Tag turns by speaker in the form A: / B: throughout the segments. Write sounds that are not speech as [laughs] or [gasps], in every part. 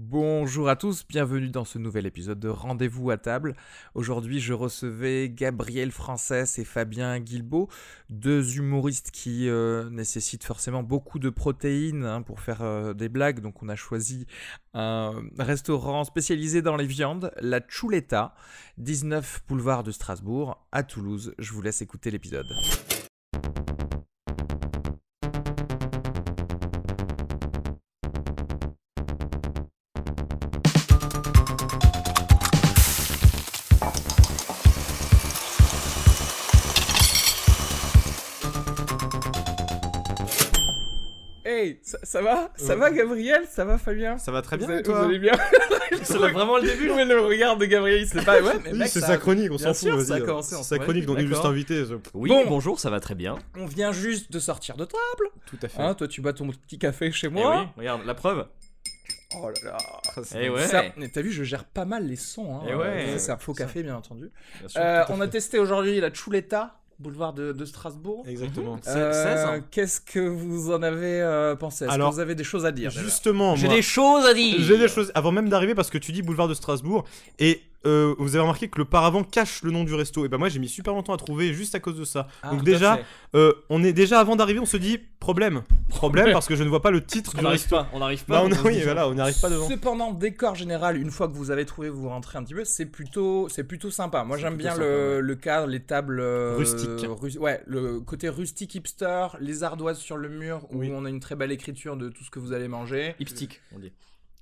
A: Bonjour à tous, bienvenue dans ce nouvel épisode de Rendez-vous à table. Aujourd'hui, je recevais Gabriel Frances et Fabien Guilbeault, deux humoristes qui euh, nécessitent forcément beaucoup de protéines hein, pour faire euh, des blagues. Donc, on a choisi un restaurant spécialisé dans les viandes, la Chuleta, 19 boulevard de Strasbourg, à Toulouse. Je vous laisse écouter l'épisode. Hey, ça, ça va Ça
B: Ouais.
A: va Gabriel Ça va Fabien
B: Ça va très
A: Vous
B: bien,
A: allez-
B: et toi
A: Vous [laughs] allez bien
C: C'est vraiment le début.
A: Mais le regard de Gabriel, c'est pas. Ouais, mais
B: Oui,
A: Eh mec,
B: c'est
A: ça-
B: sa chronique, on
A: Bien
B: s'en
A: sûr,
B: fout, vas-y.
A: ça a commencé en
B: C'est sa
A: soirée,
B: chronique, donc on est juste
A: d'accord.
B: invité. euh, je-
C: Oui,
A: Bon.
C: bonjour, ça va très bien.
A: On vient juste de sortir de toi.
B: Tout à fait.
A: Hein, toi, tu bois ton petit café chez
C: Eh
A: moi.
C: oui, regarde, la preuve.
A: Oh là là.
C: Eh ouais.
A: Ça- mais T'as vu, je gère pas mal les sons. Hein.
C: Eh ouais.
A: Ça, c'est un faux
B: Ça.
A: café, bien entendu.
C: Bien sûr.
A: Euh, on a testé aujourd'hui la Chuleta, boulevard de, de Strasbourg.
B: Exactement.
C: c'est-
A: Euh,
C: 16, hein.
A: Qu'est-ce que vous en avez euh, pensé Est-ce
B: Alors,
A: que vous avez des choses à dire déjà
B: Justement,
C: J'ai
B: moi,
C: des choses à dire.
B: j'ai des choses. Avant même d'arriver, parce que tu dis boulevard de Strasbourg, et euh, vous avez remarqué que le paravent cache le nom du resto. Et ben moi, j'ai mis super longtemps à trouver juste à cause de ça.
A: Ah,
B: donc
A: tout à
B: déjà,
A: fait.
B: Euh, on est déjà avant d'arriver, on se dit problème. Problème parce que je ne vois pas le titre
C: On
B: du
C: n'arrive
B: resto.
C: pas, on n'arrive
B: Bah,
C: pas.
B: on-
C: on se
B: oui,
C: dit-
B: voilà, on n'y arrive pas devant.
A: Cependant, décor général, une fois que vous avez trouvé, vous rentrez un petit peu, c'est plutôt, c'est plutôt sympa. Moi,
C: C'est
A: j'aime
C: plutôt
A: bien
C: sympa,
A: le, le cadre, les tables euh,
B: Rustique.
A: ru- ouais, le côté rustique hipster, les ardoises sur le mur où
B: Oui.
A: on a une très belle écriture de tout ce que vous allez manger.
C: Hipstick, on dit.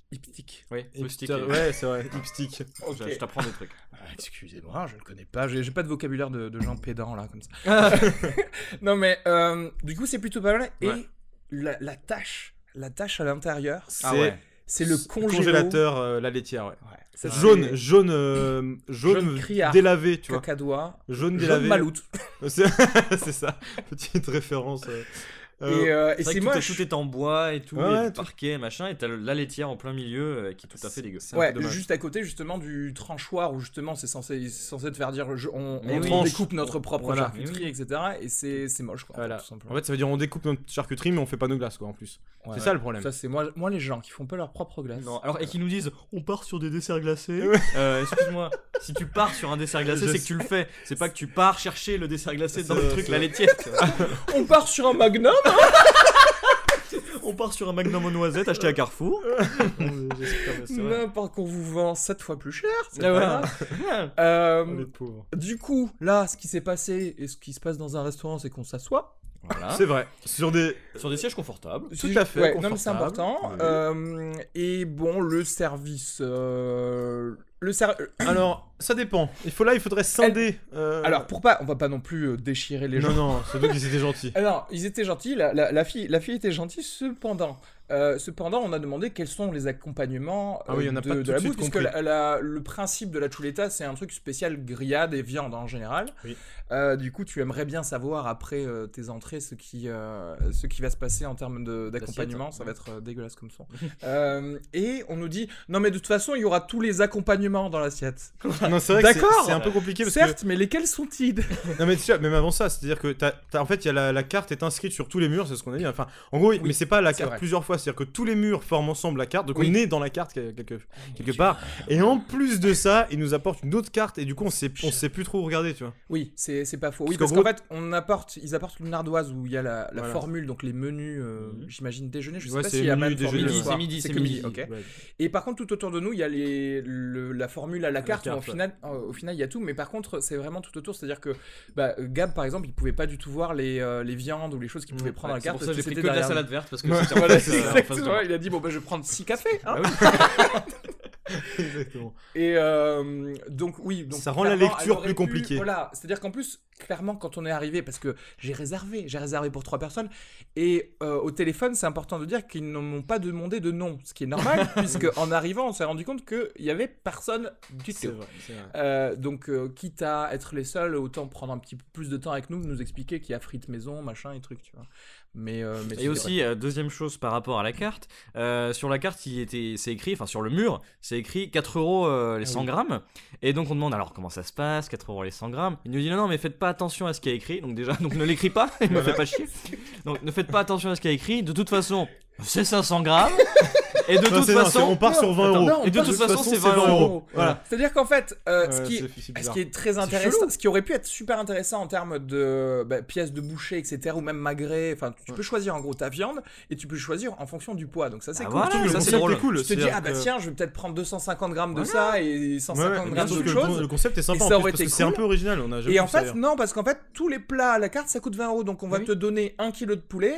A: Hipstique.
C: Oui, hipstick.
B: Hipster- Ouais, c'est [laughs] vrai, hipstick.
A: Ok.
C: Je, je t'apprends des trucs.
A: Ah, Excusez-moi, je ne connais pas, j'ai j'ai pas de vocabulaire de, de gens pédants là comme ça. [laughs] non mais euh, du coup c'est plutôt pas mal et
C: Ouais.
A: la, la tâche, la tâche à l'intérieur,
B: C'est
C: Ah ouais.
A: c'est le congélo.
B: congélateur, euh, la laitière, ouais.
A: Ouais, ça,
B: Jaune,
A: c'est
B: jaune, euh,
A: Jaune
B: jaune,
A: criard.
B: délavé, tu vois.
A: cacadois,
B: Jaune
A: jaune
B: délavé.
A: maloute.
B: [laughs] C'est [laughs] c'est ça, petite référence. euh. Euh,
A: Et, euh, et c'est
C: C'est vrai que tout est-
A: moche.
C: Tout est en bois et tout,
B: Ouais,
C: il y a
B: ouais,
C: du
B: tout-
C: parquet, machin, et t'as le- la laitière en plein milieu euh, qui est tout à fait dégueu.
B: c'est un peu
A: Ouais,
B: dommage.
A: juste à côté justement du tranchoir où justement c'est censé, c'est censé te faire dire je- on,
C: Mais
A: on
C: oui.
A: découpe notre propre
B: Eh Voilà. Eh
A: charcuterie, etc. Et c'est c'est moche quoi. en fait,
B: Voilà.
A: tout simplement.
B: En fait, ça veut dire on découpe notre charcuterie, mais on fait pas nos glaces, quoi, en plus.
A: Ouais,
B: c'est
A: ouais.
B: ça le problème. ah.
A: Ça c'est moi, moi les gens qui font pas leur propre glace.
C: Non, alors, et qui nous disent on part sur des desserts glacés.
B: Ouais.
C: Euh, Excuse-moi, si tu pars sur un dessert glacé,
B: Je
C: c'est que tu le fais. C'est pas que tu pars chercher le dessert glacé dans
B: C'est-
C: le truc,
B: c'est-
C: la laitière.
B: [laughs]
A: On part sur un magnum.
C: on part sur un magnum aux noisettes acheté à Carrefour.
B: [laughs]
A: N'importe qu'on vous vend 7 fois plus cher. c'est
C: Ah
A: pas
C: ouais.
A: grave.
C: Ouais,
A: Euh,
B: On est pauvres.
A: du coup, là, ce qui s'est passé et ce qui se passe dans un restaurant, c'est qu'on s'assoit.
C: Voilà.
B: C'est vrai. Sur des.
C: Sur des sièges confortables.
A: C'est-
B: Tout à fait
A: ouais, non, mais c'est
B: confortable.
A: important.
B: Oui.
A: Euh, et bon, le service. euh, le ser- euh,
B: Alors, ça dépend. Il faut là, il faudrait scinder. euh,
A: Alors, pour pas. On va pas non plus euh, déchirer les gens.
B: non, non, c'est donc qu'ils étaient [laughs] gentils.
A: Alors, ils étaient gentils, la, la- la fille, la fille était gentille, cependant. euh, cependant, on a demandé quels sont les accompagnements euh,
B: Ah oui, on n'a
A: de,
B: pas tout
A: de
B: de
A: la
B: suite
A: bouffe, puisque
B: compris.
A: la- la- le principe de la chuleta, c'est un truc spécial grillade et viande en général.
B: Oui.
A: Euh, du coup, tu aimerais bien savoir après euh, tes entrées ce qui, euh, ce qui va se passer en termes de- d'accompagnement, ça va être euh, dégueulasse comme
B: [laughs]
A: son. Euh, et on nous dit, non mais de toute façon, il y aura tous les accompagnements dans l'assiette.
B: Non, c'est vrai que c'est-
A: D'accord.
B: c'est un peu compliqué parce que.
A: Certes, mais lesquels sont-ils
B: Non, mais tu sais, même avant ça, c'est-à-dire que t'as- t'as- en fait, il y a la, la carte est inscrite sur tous les murs, c'est ce qu'on a dit. Enfin, en gros, mais c'est pas la
A: c'est
B: carte
A: vrai.
B: plusieurs fois, c'est-à-dire que tous les murs forment ensemble la carte, donc
A: Oui.
B: on est dans la carte quel- quelque, quelque part. Et en plus de ça, ils nous apportent une autre carte et du coup, on sait, on sait plus trop où regarder, tu vois.
A: Oui, c'est c'est pas faux. Oui, parce
B: Parce
A: qu'en
B: qu'en
A: fait, on apporte, ils apportent une ardoise où il y a la, la
B: Voilà.
A: formule, donc les menus, euh,
C: Mhm.
A: j'imagine déjeuner, je sais
B: Ouais,
A: pas
B: c'est
A: s'il y a
B: menu
A: même formule
B: déjeuner,
A: le
B: ouais.
A: soir.
C: C'est midi, c'est
A: que
C: midi,
A: ok.
B: Ouais. [laughs]
A: Et par contre, tout autour de nous, il y a les, le- la formule à la carte, où
B: carte,
A: au, final, euh, au final, il y a tout, mais par contre, c'est vraiment tout autour, c'est-à-dire que bah, Gab, par exemple, il pouvait pas du tout voir les, euh, les viandes ou les choses qu'il pouvait
B: Mhm.
A: prendre à la
C: C'est
A: carte.
C: pour ça que j'ai
A: parce
C: pris
A: c'était
C: que de
A: derrière
C: la salade
A: [laughs]
C: verte parce que
B: Ouais.
C: c'était en
A: voilà,
C: face, euh, en face de
A: exactement.
C: moi.
A: Il a dit bon ben je vais prendre 6 cafés. hein.
B: Exactement.
A: Et euh, donc oui, donc
B: Ça rend la
A: clairement,
B: lecture
A: elle aurait
B: plus
A: pu-
B: compliquée.
A: Voilà, c'est-à-dire qu'en plus, clairement, quand on est arrivé, parce que j'ai réservé, j'ai réservé pour trois personnes, et euh, au téléphone, c'est important de dire qu'ils ne m'ont pas demandé de nom, ce qui est
B: [laughs]
A: normal, puisque en arrivant, on s'est rendu compte qu'il y avait personne du
B: C'est
A: tout.
B: vrai, c'est vrai.
A: Euh, donc, euh, quitte à être les seuls, autant prendre un petit peu plus de temps avec nous, nous expliquer qu'il y a frites maison, machin et trucs, tu vois. Mais, euh, mais
C: Et
A: c'était vrai.
C: aussi, euh, deuxième chose par rapport à la carte, euh, sur la carte, il était, c'est écrit, enfin sur le mur, c'est écrit 4 euros euh, les
A: Ah
C: 100
A: oui.
C: grammes. Et donc on demande alors comment ça se passe, 4 euros les 100 grammes. Il nous dit non, non, mais faites pas attention à [laughs] ce qu'il y a écrit. Donc déjà, donc ne l'écris pas, il me fait pas chier. Donc ne faites pas attention à ce qu'il y a écrit. De toute façon, c'est 500 grammes. et de
B: Enfin,
C: toute
B: c'est- non, c'est- on
C: façon,
B: part sur 20
A: Attends,
B: euros.
A: non,
C: et de
A: pas
C: toute
A: de-
C: façon, c'est 20 euros.
B: Voilà.
A: C'est-à-dire qu'en fait, euh, ce,
B: Ouais,
A: qui,
B: c'est- c'est
A: ce
B: bizarre.
A: qui est très intéressant, ce qui aurait pu être super intéressant en termes de bah, pièces de boucher, etc., ou même magret, enfin, tu peux choisir en gros ta viande et tu peux choisir en fonction du poids. Donc ça, c'est
C: Ah,
A: cool.
C: voilà,
B: Surtout que
C: ça,
B: le
C: c'est
B: concept
C: drôle.
B: est cool.
A: Tu te dis,
B: c'est-à-dire
A: ah bah
B: que-
A: tiens, je vais peut-être prendre 250 grammes de ça et
B: Ouais,
A: 150
B: ouais,
A: grammes d'autre
B: surtout que le con-
A: chose.
B: Le concept est sympa
A: ça
B: en plus,
A: aurait
B: parce que
A: été
B: c'est un
A: cool.
B: peu original. On a jamais
A: Et
B: vu
A: en
B: ça
A: fait,
B: ailleurs.
A: non, parce qu'en fait, tous les plats à la carte, ça coûte 20 euros. Donc on va
C: Oui.
A: te donner 1 kg de
B: [laughs]
A: poulet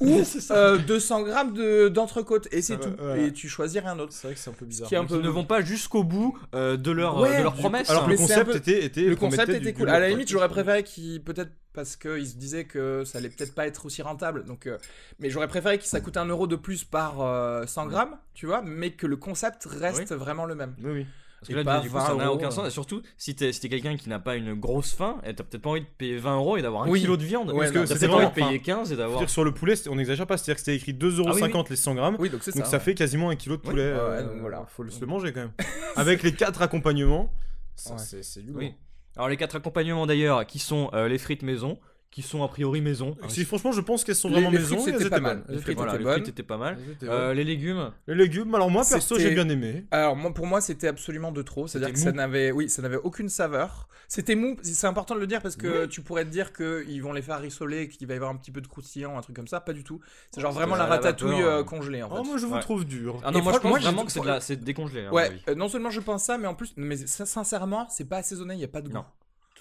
A: ou
B: C'est ça.
A: euh, 200 grammes de- d'entrecôte. Et c'est
B: Ça
A: tout.
B: va, voilà.
A: Et tu choisirais un autre.
B: c'est vrai que c'est un peu bizarre.
A: euh, qui est un
C: donc,
A: peu-
C: ils ne vont pas jusqu'au bout euh, de leur,
A: Ouais,
C: de leur
A: du-
C: promesse.
B: Alors que
A: Mais
B: le
A: c'est un
B: concept
A: peu-
B: était, était
A: Le concept
B: promettait
A: était
B: du-
A: cool.
B: du
A: À la
B: lourd,
A: limite,
B: quoi.
A: j'aurais préféré qu'il peut-être parce qu'ils se disaient que ça allait peut-être pas être aussi rentable. Donc, euh, mais j'aurais préféré que ça coûte un euro de plus par euh, 100 grammes, tu vois, mais que le concept reste vraiment le même.
B: Oui, oui.
C: Parce que
A: Et
C: là,
A: pas
C: du, du coup, ça
A: 20
C: n'a
A: euros,
C: aucun sens. Et surtout, si t'es si t'es quelqu'un qui n'a pas une grosse faim, eh, t'as peut-être pas envie de payer 20 euros et d'avoir un
A: Oui.
C: kilo de viande.
A: Ouais,
C: Parce que
A: non,
C: t'as
B: c'était
C: peut-être envie de
B: vraiment-
C: payer 15 et
B: Faut
C: d'avoir.
B: dire, sur le poulet, c'était- on n'exagère pas, c'est-à-dire que c'était écrit 2,50€ les 100 grammes.
A: Ah Oui, donc c'est ça.
B: Donc ça fait quasiment un kilo de
A: Oui.
B: poulet.
A: Ouais,
B: euh,
A: donc voilà.
B: Faut le- se le
A: [laughs]
B: manger quand même. Avec les quatre accompagnements. ça,
A: Ouais.
B: C'est c'est du lourd.
C: Oui. Alors, les quatre accompagnements d'ailleurs, qui sont euh, les frites maison, qui sont a priori maison.
B: Donc, Ah Si franchement, je pense qu'elles sont
A: Ah Les-
B: vraiment
A: les
B: maison,
A: frites,
B: elles
A: c'était
B: étaient
A: pas mal.
B: bonnes.
A: Les
B: Elles étaient
A: frites
B: bonnes.
C: Voilà,
A: étaient
C: les
A: bonnes.
C: frites étaient pas mal.
B: Elles étaient
C: Euh,
B: bonnes.
C: les légumes,
B: Les légumes, alors moi perso,
A: c'était-
B: j'ai bien aimé.
A: Alors moi, pour moi, c'était absolument de trop. C'est-à-dire
C: C'était
A: que ça
C: mou.
A: n'avait, oui, ça n'avait aucune saveur. C'était mou. C'est important de le dire parce que tu pourrais te dire que ils vont les faire rissoler, qu'il va y avoir un petit peu de croustillant, un truc comme ça. Pas du tout. C'est genre vraiment la
C: à la
A: ratatouille
C: vapeur,
A: euh,
C: hein.
A: congelée en fait.
B: Oh, moi je vous
C: Ouais.
B: trouve dur.
C: Ah non,
A: Et
C: moi je
A: franchement,
C: pense
A: j'ai-
C: vraiment que c'est de la- c'est décongelé. à mon
A: Ouais,
C: avis.
A: euh, non seulement je pense ça, mais en plus, mais ça, sincèrement, c'est pas assaisonné, il y a pas de goût.
C: Non,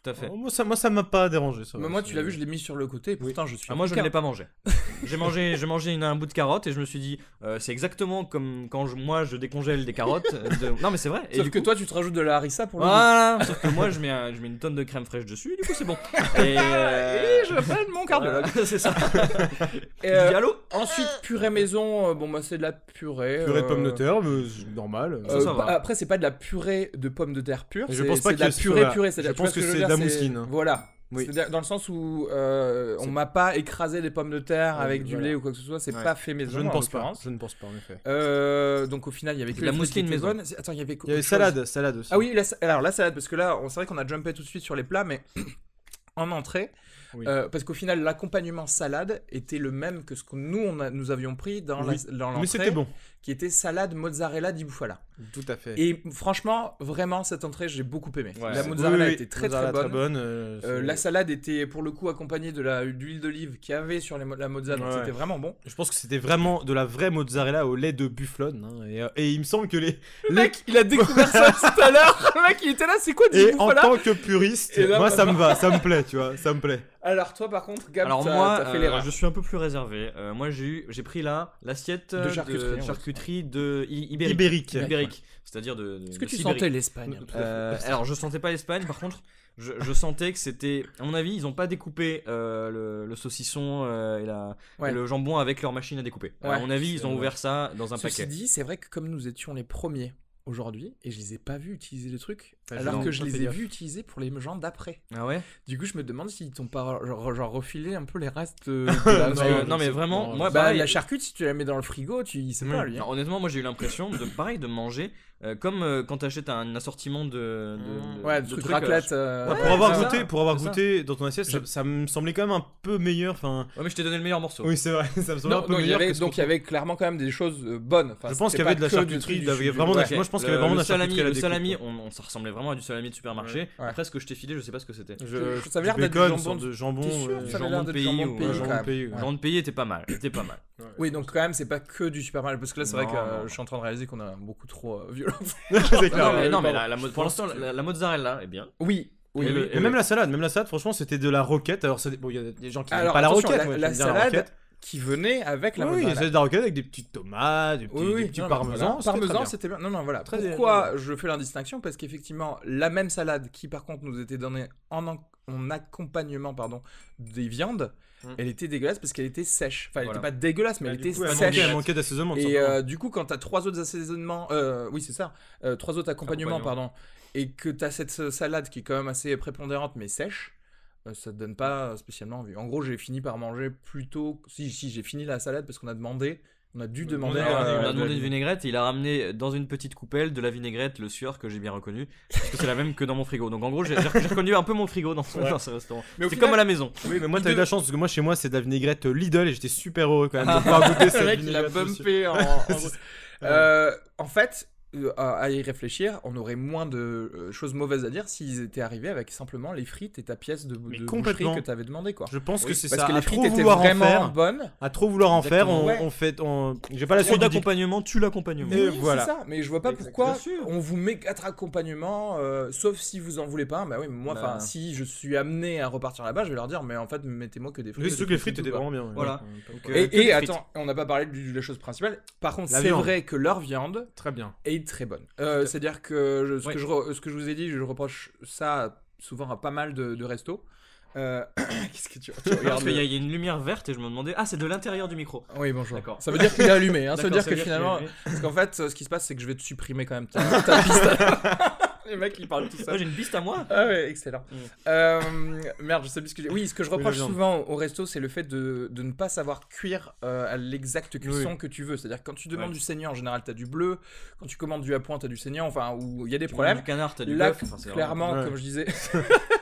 C: tout à fait.
B: Oh, moi, ça, moi ça m'a pas dérangé. ça
A: mais
B: va,
A: moi,
B: c'est-
A: tu l'as vu, je l'ai mis sur le côté, et pourtant, je suis.
C: Ah, moi je ne
A: aucun.
C: l'ai pas mangé.
A: [laughs]
C: J'ai mangé, j'ai mangé une, un bout de carotte et je me suis dit, euh, c'est exactement comme quand je- moi je décongèle des carottes. euh, de- Non mais c'est vrai. Et
A: Sauf
C: du
A: que
C: coup-
A: toi, tu te rajoutes de la harissa pour le. goût.
B: Ah,
C: Voilà. Sauf que moi je mets, un- je mets une tonne de crème fraîche dessus, du coup
A: [laughs]
C: c'est bon. Et, euh,
A: Et je rappelle mon
C: voilà,
A: cardiologue.
B: [laughs]
C: [laughs] c'est ça.
A: Et,
C: Il
A: euh,
C: dit, allô
A: ensuite, purée maison, euh, bon, bah, c'est de la purée.
B: Purée de
A: euh,
B: pommes de terre, mais c'est normal.
A: euh,
C: Ça, ça va.
A: bah, après, c'est pas de la purée de pommes de terre pure.
B: Et je
A: c'est-
B: pense pas
A: c'est de la
B: qu'il y ait ce-
A: purée
B: voilà.
A: purée. c'est de
B: Je
A: la- tu vois
B: pense
A: ce
B: que
A: je veux
B: c'est
A: dire,
B: de la mousseline.
A: Voilà.
B: Oui.
A: C'est-à-dire Dans le sens où euh, on
B: C'est-
A: m'a pas écrasé des pommes de terre
B: Ouais,
A: avec du
B: voilà.
A: lait ou quoi que ce soit, c'est
C: Ouais.
A: pas fait maison.
B: Je ne
A: en
B: pense pas.
A: l'occurrence.
B: Je ne pense pas en effet.
A: Euh, donc au final, il y avait que
C: De
A: les
C: la
A: frites qui
C: mousseline
A: étaient
C: maison.
A: bonnes. C'est- Attends, il y avait
B: Il y avait
A: autre chose.
B: salade, salade aussi.
A: Ah oui, la sa- alors la salade, parce que là, on c'est vrai qu'on a jumpé tout de suite sur les plats, mais [clears throat] en entrée,
B: Oui.
A: euh, parce qu'au final, l'accompagnement salade était le même que ce que nous on a- nous avions pris dans la-
B: Oui.
A: dans
B: Mais
A: l'entrée,
B: c'était bon.
A: qui était salade mozzarella di bufala.
B: Tout à fait.
A: Et franchement, vraiment, cette entrée, j'ai beaucoup aimé.
C: Ouais.
A: La
C: Oui,
A: mozzarella
B: Oui, oui,
A: était très
B: mozzarella
A: très bonne.
B: euh,
A: Euh,
B: c'est-
A: la salade était pour le coup accompagnée de la d'huile d'olive qu'il y avait sur les mo- la mozzarella, donc
B: Ouais.
A: c'était vraiment bon.
B: Je pense que c'était vraiment de la vraie mozzarella au lait de bufflone. hein, et, euh, et il me semble
A: [laughs]
B: que les.
A: Le
B: les-
A: mec, il a découvert [laughs] ça tout à l'heure. Le mec, il était là, c'est quoi du
B: Et en
A: bufala
B: tant que
A: [laughs]
B: puriste,
A: Et là,
B: moi ça me va, ça me plaît, tu vois, ça me plaît.
A: Alors toi, par contre, Gab,
C: Alors
A: t'as-
C: moi,
A: t'as fait
C: euh,
A: l'erreur.
C: je suis un peu plus réservé. Euh, moi j'ai eu, j'ai pris là l'assiette
A: De
C: euh,
A: charcuterie,
C: de
A: ouais.
C: charcuterie de i- ibérique.
B: Ibérique.
C: Ibérique. C'est-à-dire de. de-
A: Est-ce que
C: de
A: tu
C: Sibérie.
A: sentais l'Espagne
C: Euh, alors je sentais pas l'Espagne, par contre je, je sentais que c'était, à mon avis, ils ont pas découpé euh, le, le saucisson euh, et, la-
A: Ouais.
C: et le jambon avec leur machine à découper.
A: Ouais.
C: à mon avis, ils ont
B: C'est-
C: ouvert ça dans un
A: Ceci
C: paquet.
A: dit, c'est vrai que comme nous étions les premiers aujourd'hui, et je les ai pas vus utiliser les trucs,
B: Ah, je
A: alors
C: l'ai
A: que je
B: pas
A: les
B: fait
A: ai
B: gaffe.
A: vus utiliser pour les gens d'après.
C: Ah ouais
A: Du coup, je me demande s'ils t'ont pas genre, genre refilé un peu les restes
C: [laughs]
A: euh, de la
B: Non,
C: Parce
A: vraie-
C: que- Non mais
B: c'est-
C: vraiment,
B: non,
C: moi
A: bah,
C: pareil,
A: la charcute, si tu la mets dans le frigo, tu sais pas lui.
B: Oui.
A: hein.
C: Hmm. non, honnêtement, moi j'ai eu l'impression de pareil de manger euh, comme euh, quand t'achètes un assortiment de,
B: Hmm.
C: de- de-
A: Ouais,
C: de
A: le truc
C: trucs, euh,
A: raclette. euh,
B: Ah,
A: ouais,
B: pour avoir
A: c'est
B: goûté,
A: ça.
B: pour avoir
C: c'est ça.
B: goûté dans ton assiette, ça, ça me semblait quand même un peu meilleur. Enfin,
C: Ouais, mais je t'ai donné le meilleur morceau.
B: oui, c'est vrai, [laughs] ça me semblait
A: Non,
B: un peu
A: non, il y
B: meilleur.
A: avait,
B: que ce
A: donc il y
B: qu'on-
A: avait clairement quand même des choses euh, bonnes. Enfin,
B: Je pense
A: c'était
B: qu'il y avait
A: pas
B: de la
A: que du
B: charcuterie,
A: truc
B: il
A: du
B: y avait
A: jus,
B: vraiment de
A: ouais.
B: la- moi, je pense qu'il y
C: Le-
B: avait vraiment
C: le
B: de la charcuterie
C: salami,
B: à la
C: le
B: découpe,
C: salami,
B: quoi.
C: on, on- ça ressemblait vraiment à du salami de supermarché.
A: Ouais.
C: Après, ce que je t'ai filé, je sais pas ce que c'était.
A: je- ça avait l'air
B: du
A: d'être du
B: bacon,
A: jambon
B: une sorte
A: de-
B: de jambon.
A: T'es sûr
B: euh,
A: Ça avait
C: jambon
A: l'air
C: de
A: d'être
C: pays
A: jambon
C: ou-
A: de pays quand
B: ouais, jambon
A: même.
B: de pays, ouais.
C: Genre de pays était pas mal, était
B: [laughs]
C: pas mal.
A: Oui, donc quand même, c'est pas que du supermarché. Parce que là, c'est vrai que
C: Non,
A: euh,
C: non.
A: je suis en train de réaliser qu'on a beaucoup trop euh, violent.
B: [laughs] C'est
C: Non,
B: clair.
C: mais,
A: euh,
C: non, mais
A: pardon.
C: la, la mo- pour l'instant, la, la mozzarella, eh bien.
A: [laughs] Oui, oui,
C: Et
A: oui.
C: le-
B: Et même la salade, même la salade, franchement, c'était de la roquette. Alors, ça dé- bon, il y a des gens qui n'aiment
A: Alors,
B: pas la
A: attention,
B: roquette.
A: la-
B: moi,
A: la
B: j'aime bien
A: salade,
B: roquette.
A: qui venait avec la
B: oui,
A: mozzarella.
B: c'est de la roquette avec des petites tomates, des petits,
A: Oui, oui,
B: des petits
A: non, non, voilà.
B: parmesans. c'était très
A: Parmesan,
B: bien.
A: c'était bien. Non, non, voilà.
B: Très bien,
A: Pourquoi je fais l'indistinction Parce qu'effectivement, la même salade qui, par contre, nous était donnée en, en- en accompagnement pardon, des viandes,
C: Mm.
A: elle était dégueulasse parce qu'elle était sèche. Enfin, elle
C: Voilà.
A: était pas dégueulasse, mais
B: Bah,
A: elle
B: du
A: était
B: coup, elle manquait-
A: sèche.
B: Elle manquait d'assaisonnement. tout
A: Et
B: simplement.
A: euh, du coup, quand t'as trois autres assaisonnements, euh, oui, c'est ça, euh, trois autres accompagnements,
C: Accompagnements.
A: pardon, et que t'as cette euh, salade qui est quand même assez prépondérante mais sèche, euh, ça te donne pas euh, spécialement envie. En gros, j'ai fini par manger plutôt. Si, si, j'ai fini la salade parce qu'on a demandé. On a dû
B: On
A: demander.
B: a
A: à-
B: demandé
C: on
B: ouais,
C: a
A: de la
C: demandé une vinaigrette et il a ramené dans une petite coupelle de la vinaigrette le sueur que j'ai bien reconnu parce que c'est la même que dans mon frigo. Donc en gros j'ai j'ai reconnu un peu mon frigo dans ce,
B: Ouais.
C: dans ce restaurant.
B: Mais au
C: C'est
B: final-
C: comme à la maison.
B: Oui, mais moi, t'as eu
A: Lidl.
B: de la chance parce que moi, chez moi, c'est de la vinaigrette euh, Lidl et j'étais super heureux quand même
A: [laughs]
B: de pouvoir goûter
A: Le
B: cette
A: mec, il a
B: vinaigrette. aussi.
A: bumpé en. en-
B: [laughs]
A: Euh, en fait, euh, à à y réfléchir, on aurait moins de euh, choses mauvaises à dire s'ils étaient arrivés avec simplement les frites et ta pièce de,
B: Mais
A: de
B: complètement.
A: boucherie que t'avais demandé, quoi.
B: Je pense que
C: Oui,
B: c'est
A: Parce
B: ça.
A: que
B: à
A: les frites
B: trop
A: étaient
B: vouloir en
A: vraiment
B: faire,
A: bonnes.
B: à trop vouloir en faire, on,
A: Exactement.
B: on fait, on. J'ai pas la
C: Trop
B: suite du dicton.
C: d'accompagnement tue l'accompagnement.
B: Et
A: Oui,
B: voilà.
A: c'est ça. Mais je vois pas
C: Exact-
A: pourquoi
C: bien sûr.
A: on vous met quatre accompagnements, euh, sauf si vous en voulez pas. Bah oui, mais moi, enfin,
C: Bah.
A: si je suis amené à repartir là-bas, je vais leur dire, mais en fait, mettez-moi que des frites.
B: Oui, surtout que les frites
A: et tout,
B: étaient
A: quoi.
B: vraiment bien. ouais.
C: Voilà.
B: Ouais.
C: Donc, euh,
A: Et,
C: que des
A: et
C: frites.
A: attends, on n'a pas parlé du- de la chose principale. Par contre,
B: La
A: c'est
B: viande.
A: vrai que leur viande,
B: Très bien.
A: est très bonne. Euh, C'est-à-dire que je- ce,
C: Ouais.
A: que je, re- ce que je vous ai dit, je reproche ça souvent à pas mal de, de restos. Euh, [coughs] Qu'est-ce que tu, tu
C: Non, Parce
A: regardes
C: qu'il [laughs] y, a- il y a une lumière verte et je me demandais ah c'est de l'intérieur du micro.
A: Oui, bonjour.
C: D'accord.
A: Ça veut dire qu'il est allumé. hein. Ça veut
C: D'accord,
A: dire que finalement.
C: oui.
A: Parce qu'en fait, euh, ce qui se passe, c'est que je vais te supprimer quand même ta,
B: [laughs]
A: ta piste. Les mecs, ils parlent tout ça.
C: Moi j'ai une piste à moi.
A: Ah ouais, excellent.
C: Mm.
A: Euh, merde, je sais plus ce que j'ai. Oui, ce que je
B: Oui, la
A: reproche
B: viande.
A: souvent au resto, c'est le fait de, de ne pas savoir cuire euh, à l'exacte cuisson que tu veux. C'est-à-dire que quand tu demandes
C: Ouais.
A: du saignant, en général, t'as du bleu. Quand tu commandes du à point, t'as du saignant. Enfin, où il y a des
C: Tu
A: problèmes.
C: manges du canard, t'as du
A: Là,
C: bœuf. Enfin, c'est vraiment-
A: clairement,
B: Ouais. [laughs]
A: comme je disais, [laughs]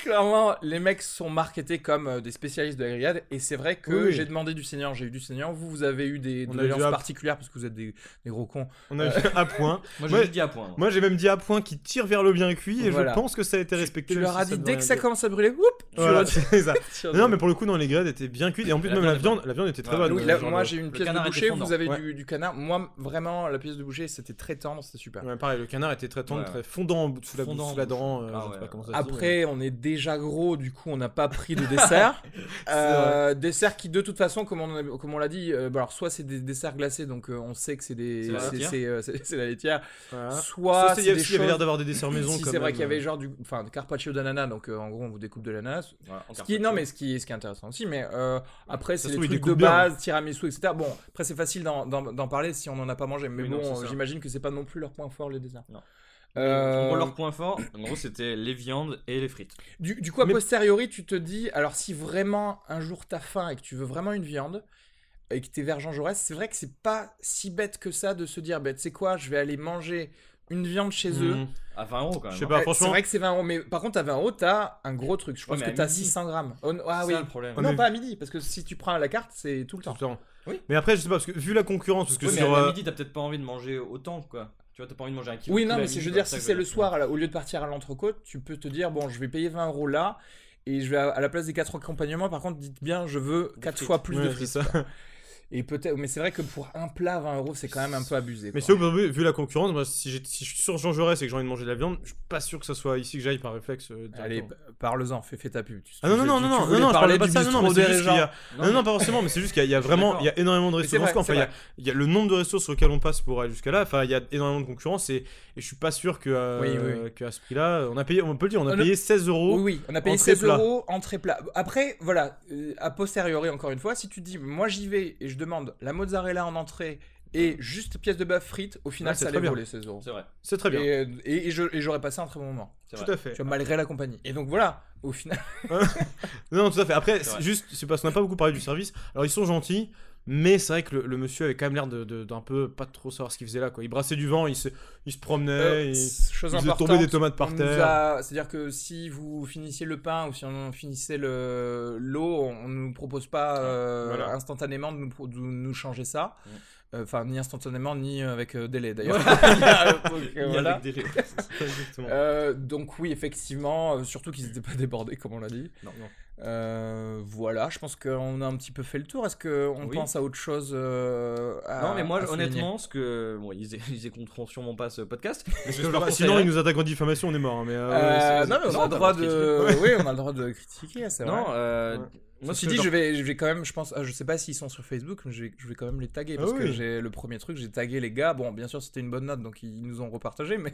A: clairement, les mecs sont marketés comme euh, des spécialistes de la grillade. Et c'est vrai que
B: Oui, oui.
A: j'ai demandé du saignant, j'ai eu du saignant. Vous, vous avez eu des
B: On a eu
A: doléances
B: du hap.
A: particulières parce que vous êtes des, des gros cons.
B: On a [laughs] vu à point.
C: Moi
B: Moi-
C: j'ai juste dit à point. hein. moi.
B: Moi, j'ai même dit à point qui tire vers le bien cuit et
A: Voilà.
B: je pense que ça a été respecté.
A: Tu
B: même
A: leur
B: si
A: as
B: ça
A: dit,
B: ne
A: dès
B: veut
A: que
B: rien
A: ça
B: dire.
A: commence à brûler, woup, tu
B: Voilà,
A: leur-
B: [laughs] c'est ça.
A: tu leur
B: Non,
A: dis-
B: mais pour le coup, non, les grades étaient bien cuites et en plus,
C: La
B: même la
C: viande
B: viande,
C: est
B: la viande était très
C: Ouais,
B: bonne.
A: Oui,
B: euh,
A: là,
B: genre,
A: Ah, moi
B: euh,
A: j'ai une
C: le
A: pièce de
C: canard était
A: boucher,
C: fondant.
A: vous avez
B: Ouais.
A: du, du canard. Moi, vraiment, la pièce de boucher, c'était très tendre, c'était super.
B: Ouais, pareil, le canard était très tendre,
C: Ouais.
B: très fondant sous la,
C: Fondant en
B: sous la
C: bouche.
B: dent. euh,
C: Ah
B: je sais
C: ouais.
B: pas comment ça se dit, mais-
A: Après, on est déjà gros, du coup, on n'a pas pris de
B: [laughs]
A: dessert. Euh, dessert qui, de toute façon, comme on, a- comme on l'a dit, euh, bah, alors, soit c'est des desserts glacés, donc euh, on sait que c'est
C: C'est
A: des,
C: la
A: c'est
C: laitière.
A: c'est, euh, c'est- c'est la laitière.
B: Voilà.
A: Soit
B: Ça, c'est-
A: c'est
B: il y a-
A: des
B: il y avait l'air
A: choses-
B: d'avoir des desserts maison.
A: si
B: quand
A: c'est vrai
B: même,
A: qu'il y avait
B: euh.
A: genre du, enfin, de carpaccio d'ananas, donc euh, en gros, on vous découpe de l'ananas.
C: Voilà, en
A: Ce qui,
C: carte.
A: non, mais ce qui, ce qui est intéressant aussi, mais euh, après, c'est
B: se
A: les
B: trouve, il
A: trucs de
B: découpe bien.
A: base, tiramisu, etc. Bon, après, c'est facile d'en- d'en d'en parler si on n'en a pas mangé, mais
C: Oui, non,
A: bon,
C: c'est ça.
A: j'imagine que c'est pas non plus leur point fort, les desserts.
C: Non.
A: Euh,
C: Pour leur point fort, en gros c'était les viandes et les frites.
A: du, du coup, a
B: Mais-
A: posteriori, tu te dis, alors si vraiment un jour t'as faim et que tu veux vraiment une viande, et que t'es vers Jean Jaurès, c'est vrai que c'est pas si bête que ça de se dire, bah, tu sais quoi, je vais aller manger une viande chez
C: Mmh.
A: eux.
B: Mhm.
C: À 20 euros quand même.
B: Je sais
C: hein.
B: pas,
A: Euh, C'est
B: franchement.
A: vrai que c'est 20 euros, mais par contre, à 20 euros, t'as un gros truc. Je
C: Ouais,
A: pense
C: mais
A: que
C: à
A: t'as
C: midi.
A: 600 grammes. Oh, ah
C: C'est
A: oui.
C: ça le problème.
B: Ouais,
A: non,
B: mais-
A: pas à midi, parce que si tu prends la carte, c'est tout le temps.
B: tout le temps.
A: Oui.
B: Mais après, je sais pas, parce que vu la concurrence, parce que
C: Oui, mais
B: sur.
C: à
B: euh,
C: midi, t'as peut-être pas envie de manger autant, quoi. Tu vois, t'as pas envie de manger un kilo.
A: Oui,
C: de
A: non, mais
C: poulet à
A: c'est-
C: midi,
A: je veux
C: quoi,
A: dire,
C: ça
A: si
C: que
A: c'est
C: je
A: le soir, là, au lieu de partir à l'entrecôte, tu peux te dire, bon, je vais payer 20 euros là, et je vais à, à la place des quatre accompagnements, par contre, dites bien, je veux
C: Des
A: quatre
C: frites.
A: fois plus
B: ouais,
A: de
B: c'est
A: frites.
B: ça.
A: Et peut-être, mais c'est vrai que pour un plat, 20 euros, c'est quand même un peu abusé.
B: Mais
A: quoi.
B: c'est au vu vu la concurrence, moi, si, j'ai- si je suis sur Jean Jaurès et que j'ai envie de manger de la viande, je suis pas sûr que ça soit ici que j'aille par réflexe. euh,
A: Allez,
B: directement.
A: p- parle-en, fais, fais ta pub. Tu-
B: Ah non, non,
A: tu-
B: non,
A: tu-
B: non,
A: tu
B: non,
A: voulais
B: non, je
A: parler
B: parlais pas
A: du
B: de ça, non,
A: bistrot
B: non, mais
A: des
B: c'est juste qu'il y a-
A: Régents.
B: Non, non, pas forcément, mais c'est juste qu'il y a- il y a vraiment, il y a énormément de
A: Mais c'est
B: restos. dans
A: vrai,
B: ce coin.
A: c'est
B: Enfin, il y a-
A: vrai.
B: il y a le nombre de restos sur lesquels on passe pour aller jusqu'à là. Enfin, il y a énormément de concurrence et, et je suis pas sûr que, euh,
A: Oui, oui, oui.
B: que à ce prix-là, on a payé, on peut le dire, on a
A: On a-
B: payé 16 euros.
A: Oui, oui, on a payé
B: Entrée
A: 16
B: plat.
A: euros, entrée plat. Après, voilà, euh, a posteriori, encore une fois, si tu dis, moi j'y vais et je demande la mozzarella en entrée et juste pièce de bœuf frite, au final,
B: Ouais, c'est
A: ça
B: très
A: allait
B: bien.
A: vaut les 16 euros. [laughs]
C: C'est vrai.
B: C'est très bien.
A: Et, euh, et- et je- et j'aurais passé un très bon moment.
C: C'est
B: Tout
C: vrai.
B: à fait.
A: Tu vois, malgré la compagnie. Et donc voilà, au final.
B: Non, non, tout à fait. Après,
C: C'est
B: c'est
C: vrai.
B: juste, c'est parce qu'on n'a pas beaucoup parlé du service. Alors, ils sont gentils, mais c'est vrai que le, le monsieur avait quand même l'air de- de- d'un peu pas trop savoir ce qu'il faisait là. Quoi. Il brassait du vent, il se, il se promenait,
A: Euh,
B: il,
A: s- chose
B: il faisait
A: importante.
B: tomber des tomates
A: on
B: par
A: nous
B: terre.
A: a- C'est-à-dire que si vous finissiez le pain ou si on finissait le- l'eau, on on ne nous propose pas euh,
B: Ah, Voilà.
A: instantanément de nous, pro- de nous changer ça.
C: Mm.
A: Euh, Enfin, ni instantanément, ni avec euh, délai d'ailleurs.
B: [laughs]
A: [laughs] Donc, euh,
C: Il y a
A: voilà.
C: avec des lait.
B: [laughs] Exactement.
A: Euh, donc oui, effectivement, euh, surtout qu'ils n'étaient pas débordés comme on l'a dit.
C: Non, non.
A: Euh, voilà, je pense qu'on a un petit peu fait le tour. Est-ce qu'on
C: Oui.
A: pense à autre chose euh, à-
C: Non, mais
A: à
C: moi,
A: souligner
C: honnêtement, ce que. Bon, ils, [laughs] ils écouteront sûrement pas ce podcast. Mais ce que je leur
B: Sinon,
C: conseillerais-
B: sinon, il nous attaque en diffamation, on est mort. hein, Mais, euh, ouais,
A: Euh,
B: c'est-
A: non, mais on
C: Non,
A: a le
C: t'as
A: droit
C: pas de
A: de. [laughs]
C: [laughs]
A: Oui, on a le droit de critiquer, c'est vrai.
C: Non, euh.
B: Ouais.
C: Moi, ce
A: Ceci
C: que
A: dit,
C: leur-
A: je vais, je vais quand même, je pense, ah, je sais pas s'ils sont sur Facebook, mais je vais, je vais quand même les taguer
B: Ah
A: parce que
B: oui.
A: j'ai le premier truc, j'ai tagué les gars. Bon, bien sûr, c'était une bonne note, donc ils nous ont repartagé,
C: [laughs]
A: mais,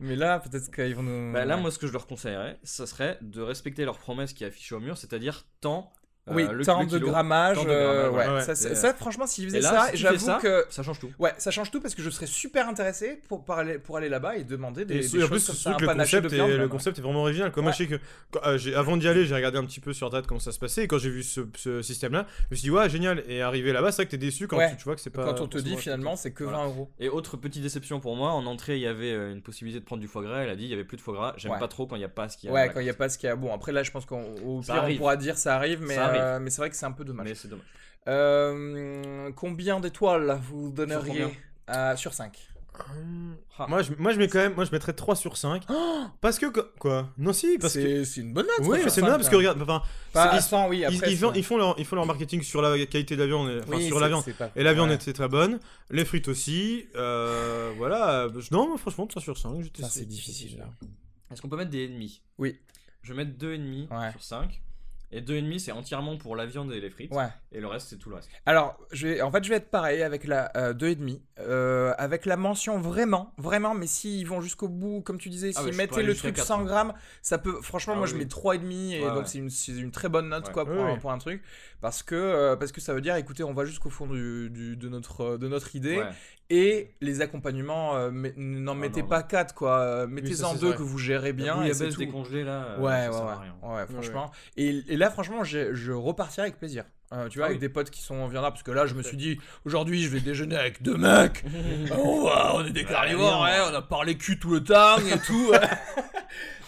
A: mais là, peut-être qu'ils vont nous.
C: Bah, là, moi, ce que je leur conseillerais, ça serait de respecter leur promesse qui est affichée au mur, c'est-à-dire tant
A: Oui,
C: le,
A: tant
C: le
A: de
C: kilo.
A: grammage.
C: tant de
A: euh,
C: grammage,
A: ouais,
B: ouais,
A: ça,
B: ouais.
A: c'est-
C: Et,
A: ça, franchement, s'ils faisaient
C: et là,
A: ça,
C: si tu
A: j'avoue
C: fais ça-
A: que.
C: Ça change tout.
A: Ouais, ça change tout parce que je serais super intéressé pour, par aller- pour aller là-bas et demander des,
B: Et
A: des
B: surtout- en
A: choses
B: plus,
A: comme
B: surtout
A: ça, un
B: que le
A: panaché de
B: concept,
A: viande.
B: est, le concept est vraiment original. Comme moi, je sais que quand, euh, j'ai- avant d'y aller, j'ai regardé un petit peu sur internet comment ça se passait. Et quand j'ai vu ce, ce système-là, je me suis dit, ouais, génial. Et arrivé là-bas, c'est vrai que t'es déçu quand
A: Ouais.
B: tu, tu vois que c'est pas.
A: Quand on te dit finalement, c'est que
C: Voilà.
A: 20 euros.
C: Et autre petite déception pour moi, en entrée, il y avait euh, une possibilité de prendre du foie gras. Elle a dit il y avait plus de foie gras. J'aime
A: Ouais.
C: pas trop quand il n'y a pas ce qu'il y a. dans
A: Ouais,
C: la
A: quand il n'y a pas ce qu'il y a. Bon, après là, je pense qu'au
C: Ça
A: pire, on
C: arrive.
A: pourra dire ça arrive, mais,
C: Ça arrive.
A: euh, mais c'est vrai que c'est un peu
C: carte.
A: dommage.
C: Mais c'est dommage.
A: Euh, combien d'étoiles vous donneriez
C: combien
A: à- sur 5
C: Ah.
B: Moi je, moi, je mets quand même, moi, je mettrais 3
A: [gasps]
B: sur 5. parce que, quoi- quoi Non, si, parce que.
A: Oh C'est c'est une bonne note.
B: Oui, mais c'est normal parce que regarde, enfin,
A: Pas
B: c'est-
A: à 100, oui,
B: ils-
A: hein. après.
B: ils, font,
A: c'est-
B: ils, font leur, ils font leur marketing sur la qualité de la viande, et- enfin
A: oui,
B: sur la
A: c'est-
B: viande.
A: c'est pas-
B: Et la viande
A: ouais.
B: était très bonne, les frites aussi. euh, voilà, euh, non, franchement, 3 sur 5.
A: Ça, c'est difficile, là.
C: Est-ce qu'on peut mettre des ennemis
A: Oui.
C: Je vais mettre deux ennemis
A: Ouais.
C: sur 5. Et deux ennemis, c'est entièrement pour la viande et les frites.
A: Ouais.
C: Et le reste, c'est tout le reste.
A: Alors, je vais, en fait, je vais être pareil avec la euh, 2,5. euh, avec la mention vraiment, vraiment, mais s'ils vont jusqu'au bout, comme tu disais,
C: Ah ouais,
A: s'ils
C: je
A: mettaient
C: pourrais
A: le
C: aller jusqu'à
A: truc
C: quatre,
A: 100
C: hein.
A: grammes, ça peut. Franchement,
C: Ah
A: moi,
C: oui,
A: je mets
C: oui.
A: 3,5 et
C: Ouais,
A: donc
C: ouais.
A: c'est une, c'est une très bonne note
C: Ouais.
A: quoi, pour,
B: Oui,
A: un,
B: oui.
A: pour un truc. Parce que, euh, parce que ça veut dire, écoutez, on va jusqu'au fond du, du- de, notre, euh, de notre idée.
C: Ouais.
A: Et les accompagnements, euh, mais- n'en
C: Ah,
A: mettez
C: non,
A: pas 4, quoi. euh,
B: ça,
A: Mettez-en
B: c'est
A: 2
B: vrai.
A: que vous gérez bien.
C: la
A: et c'est
C: baisse
A: tout.
C: des congelés là. euh,
A: Ouais,
C: ça
A: ouais,
C: sert
A: ouais. [laughs]
C: à rien.
A: Ouais, franchement. Et, et là, franchement, j'ai- je repartirai avec plaisir. Euh, tu vois,
C: Ah
A: avec
C: oui.
A: des potes qui sont en viendra, parce que là, je me suis dit, aujourd'hui, je vais déjeuner avec deux
C: [laughs]
A: mecs. Ah, on, va- on est des
C: Ouais,
A: carnivores,
C: bien.
A: ouais, on a parlé cul tout le temps et
C: [laughs]
A: tout.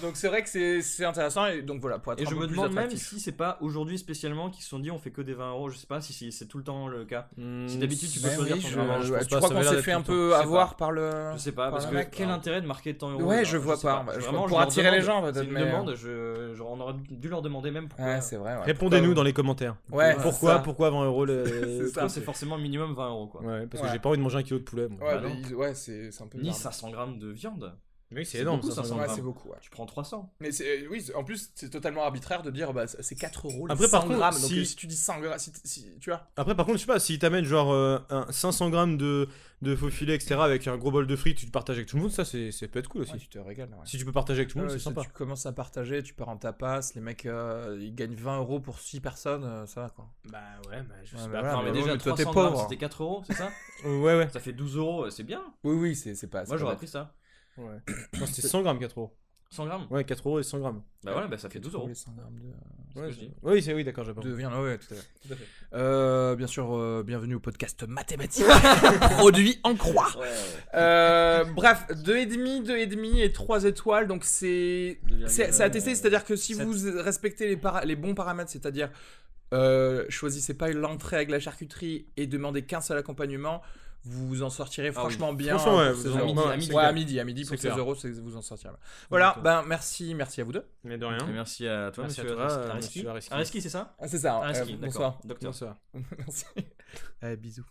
A: donc c'est vrai que c'est c'est intéressant. Et donc voilà, pour être
C: Et
A: un
C: je
A: peu
C: me
A: plus
C: demande même
A: attractif.
C: si c'est pas aujourd'hui spécialement qu'ils se sont dit on fait que des 20 euros. Je sais pas si c'est- c'est tout le temps le cas. Si d'habitude, tu peux
A: Mais Bah Ben
C: choisir
A: oui,
C: ton hein,
A: je-
C: gérant,
B: je
A: ouais,
B: pense
A: tu
B: pas,
A: crois
B: ça
A: qu'on
B: va
A: s'est
B: l'air
A: fait
B: d'être
A: un
B: tout le
A: peu
C: Je sais
A: avoir
C: pas.
A: par le.
C: Je sais pas, parce
A: Par
C: que
A: la mec,
C: quel
A: hein.
C: intérêt de marquer tant euros
A: Ouais,
C: là,
A: je vois
C: sais
A: pas. Je-
C: Vraiment,
A: pour
C: je leur
A: attirer les
C: demande-
A: gens, peut-être,
C: C'est une
A: mais- euh,
C: demande, je, genre, on aurait dû leur demander même pourquoi.
A: Ouais, c'est vrai. ouais.
B: Répondez-nous dans les commentaires.
A: Ouais, c'est
B: pourquoi,
A: ça.
B: pourquoi 20 euros le.
A: [laughs] C'est
B: le
A: ça.
B: truc,
C: c'est forcément minimum 20 euros quoi.
B: Ouais, parce que
A: Ouais.
B: j'ai pas envie de manger un kilo de poulet. moi.
A: Ouais,
C: Bah
A: mais
C: non.
A: ils- ouais, c'est c'est un peu.
C: Ni
A: bizarre.
C: 500 grammes de viande.
B: Mais c'est
C: C'est
B: énorme,
C: beaucoup,
B: ça,
C: 500
B: ça.
A: Ouais,
C: grammes.
A: c'est beaucoup. ouais.
C: Tu prends 300.
A: Mais c'est, euh, oui, c'est- en plus, c'est totalement arbitraire de dire bah, c'est 4 euros les
B: Après,
A: 100
B: par contre,
A: grammes. Donc,
B: si-
A: euh, si tu dis 100 grammes, si, si- tu vois.
B: Après, par contre, je sais pas, si t'amènes genre euh, un 500 grammes de, de faux filet, etc., avec un gros bol de frites, tu te partages avec tout le monde, ça, c'est, ça peut être cool aussi.
A: tu te régales.
B: Si tu peux partager avec tout le monde,
A: Ouais,
B: c'est
A: ça,
B: sympa.
A: Tu commences à partager, tu pars en tapas, les mecs euh, ils gagnent 20 euros pour 6 personnes, euh, ça va quoi.
B: Bah ouais, bah, je
A: Ouais,
B: sais
A: mais
B: pas.
A: voilà.
C: non, mais
A: bah ouais,
C: déjà,
A: mais toi, t'es
C: 300 grammes,
A: pauvre.
C: c'était 4 euros, c'est ça
B: Euh, Ouais, ouais.
C: Ça fait 12 euros, euh, c'est bien.
A: Oui, oui, c'est c'est pas. c'est
C: Moi,
A: pas
C: j'aurais
A: bête.
C: pris ça.
B: Non, c'était 100 grammes, 4 euros.
C: 100 grammes
B: Ouais, 4 euros et 100 grammes.
C: Bah voilà, bah, ça fait 12 euros.
A: Les 100 grammes de,
C: ce que je dis.
B: Oui, c'est, oui, d'accord, j'ai pas.
A: de viande, ouais, tout à fait.
B: Tout à fait.
A: Euh, bien sûr, euh, bienvenue au podcast mathématique, [laughs] produit en croix.
C: Ouais, ouais,
A: Euh, bref, 2,5, 2,5 et 3 étoiles, donc c'est
C: ouais.
A: C'est c'est à
C: euh,
A: tester, c'est-à-dire que si
C: sept.
A: vous respectez les, para- les bons paramètres, c'est-à-dire euh, choisissez pas l'entrée avec la charcuterie et demandez qu'un seul accompagnement, vous vous en sortirez
C: oui.
A: franchement bien.
B: Franchement, ouais,
A: pour
B: vous
A: 16
B: en-
A: euros.
C: ouais,
A: Ouais, à
C: c'est
A: midi,
C: clair.
A: à midi,
B: C'est
A: pour 16
B: clair.
A: euros, c'est- vous en sortirez bien. Voilà,
B: D'accord.
A: ben merci, merci à vous deux.
B: Mais de
C: Et
B: rien.
C: Merci à toi,
B: Merci à
C: monsieur
B: toi,
C: Areski.
B: euh, monsieur
C: Areski.
B: Areski.
C: Areski, c'est ça
A: Ah, c'est ça.
C: Areski,
A: euh, [laughs]
C: d'accord.
A: bonsoir.
C: Docteur.
B: Bonsoir.
A: Merci. bisous.